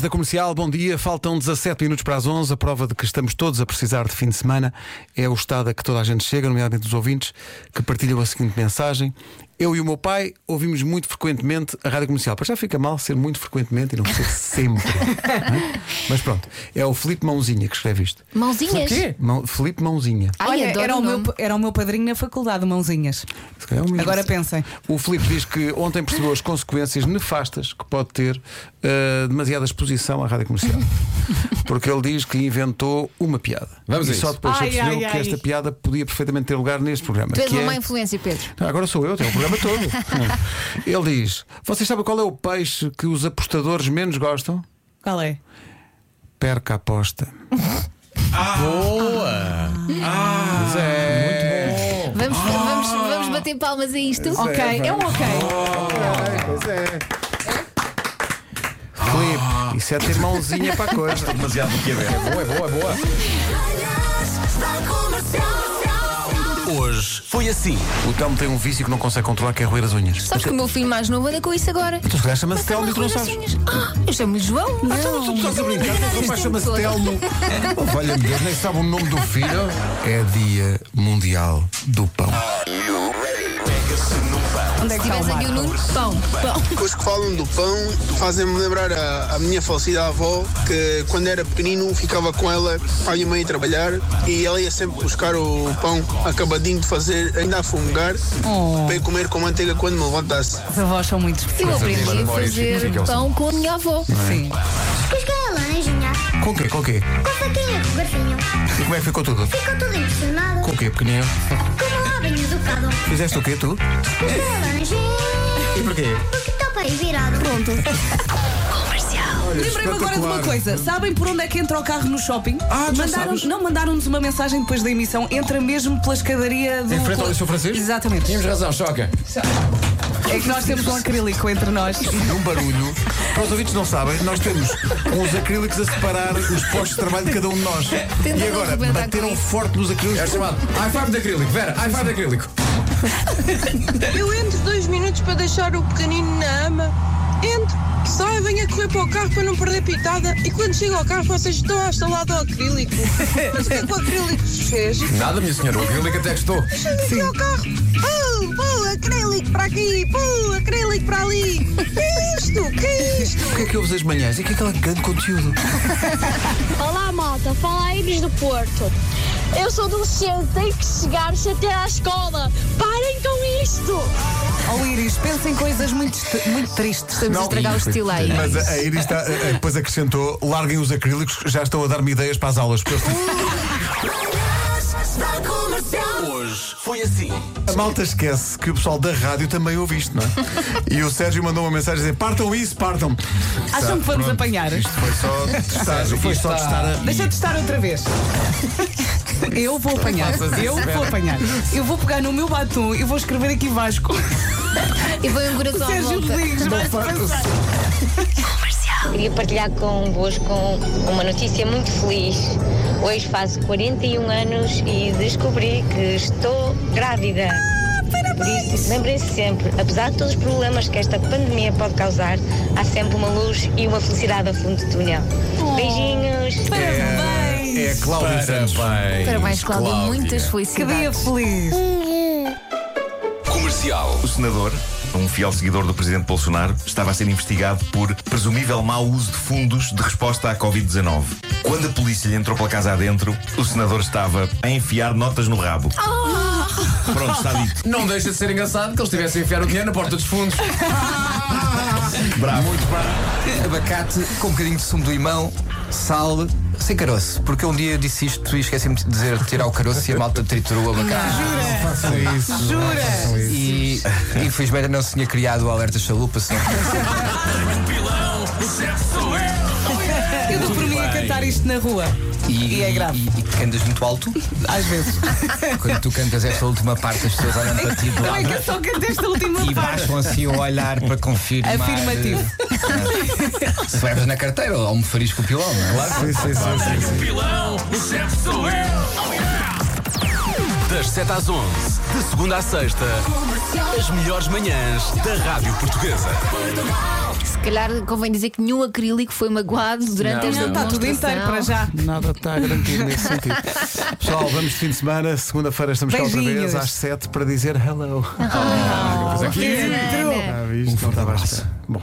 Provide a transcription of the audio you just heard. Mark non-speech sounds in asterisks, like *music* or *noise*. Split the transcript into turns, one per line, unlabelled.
Da comercial, bom dia. Faltam 17 minutos para as 11. A prova de que estamos todos a precisar de fim de semana é o estado a que toda a gente chega, nomeadamente os ouvintes, que partilham a seguinte mensagem. Eu e o meu pai ouvimos muito frequentemente a rádio comercial. Para já fica mal ser muito frequentemente e não ser sempre. não é? Mas pronto, é o Filipe Mãozinha que escreve isto.
Mãozinhas?
Filipe, quê? Mão- Filipe Mãozinha.
Ai,
Olha,
adoro
era, o
nome.
meu, era o meu padrinho na faculdade, mãozinhas.
Se calhar é o mesmo.
Agora pensem.
O Filipe diz que ontem percebeu as consequências nefastas que pode ter eh, demasiada exposição à rádio
*laughs*
comercial. Porque ele diz que inventou uma piada.
Vamos
e
a
só
isso.
depois
Ai,
percebeu
ai,
que
ai.
esta piada podia perfeitamente ter lugar neste programa.
Tu és
que
uma
é-
má influência, Pedro.
Não, agora sou eu, tenho o programa
*laughs*
todo. ele diz: Vocês sabem qual é o peixe que os apostadores menos gostam?
Qual é?
Perca a aposta.
Ah. Boa!
Pois é.
Vamos, vamos,
Ah.
vamos bater palmas a isto.
Oh. Ok, é um ok.
Pois é.
Ah.
Filipe, isso é ter mãozinha para a coisa.
Demasiado do que é É boa, é boa, é boa. Hoje foi assim.
O Telmo tem um vício que não consegue controlar, que é roer as unhas.
Sabes que o meu filho mais novo anda com isso agora.
Tu Então, se calhar chama-se
Mas tá
Telmo e tu não
lá
sabes.
rosinhas. Ah, eu chamo-lhe João.
Então, tu estás a brincar, o
é
rapaz
um
Este
chama-se
tempo
Telmo. Oh, Valha-me Deus, nem sabe o nome do filho. É Dia Mundial do Pão.
Onde é
Se
que está o
tivesse aqui o
Marco?
Nuno, pão, pão.
Coisas que falam do pão fazem-me lembrar a, a minha falecida avó, que quando era pequenino ficava com ela, a minha mãe a trabalhar, e ela ia sempre buscar o pão acabadinho de fazer, ainda a fungar,
Oh.
para ir comer com manteiga quando me levantasse.
Os avós são muito especiais.
Eu
minhas
aprendi a
memórias
é
fazer
ficam assim.
pão com a minha avó.
Sim.
Os galanjinha,
Com o quê? Com o quê?
com a faquinha do é garfinho,
E como é que ficou tudo?
ficou todo impressionado
Com o quê, pequenino?
como homem educado.
Fizeste o quê, tu?
Os galanjinha,
E porquê?
porque topa aí tá virado. Pronto.
Lembrei-me agora de uma
É espetacular.
coisa. Sabem por onde é que entra o carro no shopping?
Ah, já
mandaram,
sabes.
não mandaram-nos uma mensagem depois da emissão. Entra mesmo pela escadaria do.
Em frente ao Liceu Francês?
Exatamente.
Tínhamos razão, choca.
É que nós temos um acrílico entre nós.
Um barulho. Para os ouvintes não sabem, nós temos uns acrílicos a separar os postos de trabalho de cada um de nós. e
não
agora
arrebentar com
bateram
isso.
forte nos
É
acrílicos.
chamado i5 de acrílico. Vera, i5 de acrílico.
Eu entro dois minutos para deixar o pequenino na ama. Entro, saio, venho a correr para o carro para não perder pitada. E quando chego ao carro, vocês estão a instalar do acrílico. Mas o que é que o acrílico vos fez?
Nada, minha senhora, o acrílico até gostou.
Deixa-me aqui ao carro. Pum, pum, acrílico para aqui, pum, acrílico para ali. Que é isto? Que é isto?
O que é que ouves as manhãs? E o que é aquele grande conteúdo?
Olá, malta. Fala a Iris do Porto. Eu sou adolescente, tenho que chegar até à escola. Parem com isto!
Ó Iris, pensem coisas muito, est- muito tristes.
Estamos a estragar o estilo aí.
Mas a, a Iris está, a- a- depois acrescentou: larguem os acrílicos, que já estão a dar-me ideias para as aulas. porque eu-
assim.
A malta esquece que o pessoal da rádio também ouve isto, não é? E o Sérgio mandou uma mensagem a dizer: partam isso, partam.
Acham que vamos apanhar? Ah,
Foi só testar, foi só
tá.
testar a.
Deixa eu testar outra vez. Eu vou apanhar. Eu vou apanhar. Eu vou pegar no meu batom e vou escrever aqui Vasco.
E foi um coração à
Sérgio
volta.
Rodrigues, vai passar.
Queria partilhar convosco uma notícia muito feliz. Hoje faço 41 anos e descobri que estou grávida. Por isso, lembrem-se sempre, apesar de todos os problemas que esta pandemia pode causar, há sempre uma luz e uma felicidade ao fundo do túnel.
Oh.
Beijinhos!
É a Cláudia Santos.
Parabéns.
Parabéns, Cláudia. Muitas
Que dia
felicidades.
feliz.
O senador, um fiel seguidor do presidente Bolsonaro, estava a ser investigado por presumível mau uso de fundos de resposta à Covid-19. Quando a polícia lhe entrou pela casa adentro, o senador estava a enfiar notas no rabo. Pronto, está dito.
Não deixa de ser engraçado que eles tivessem a enfiar o dinheiro na porta dos fundos.
Bravo.
Abacate com um bocadinho de sumo de limão, sal, sem caroço. Porque um dia eu disse isto e esqueci-me de dizer de tirar o caroço e a malta triturou o abacate.
Jura?
E infelizmente não se tinha criado o alerta chalupa, senão.
Eu dou por mim a cantar isto na rua.
E,
E é grave.
E, e cantas muito alto.
Às vezes.
Quando tu cantas esta última parte, as pessoas olham para ti de
Não é que eu
lado
só canto esta última
e
parte.
baixam assim o olhar para confirmar.
Afirmativo.
eh, Se leves na carteira, ou me farias com o pilão, não é?
Sim, sim, sim. sim.
das 7 às 11, de segunda à sexta, as melhores manhãs da Rádio Portuguesa.
Se calhar convém dizer que nenhum acrílico foi magoado durante
Não,
esta
não. Está
tá tudo inteiro
demonstração.
para já.
Nada está garantido nesse sentido. Pessoal, vamos de fim de semana. Segunda-feira estamos cá outra vez
Beijinhos.
às 7 para dizer hello.
Ah,
Ah,
que
Ah, viste? Não estava à espera. Bom.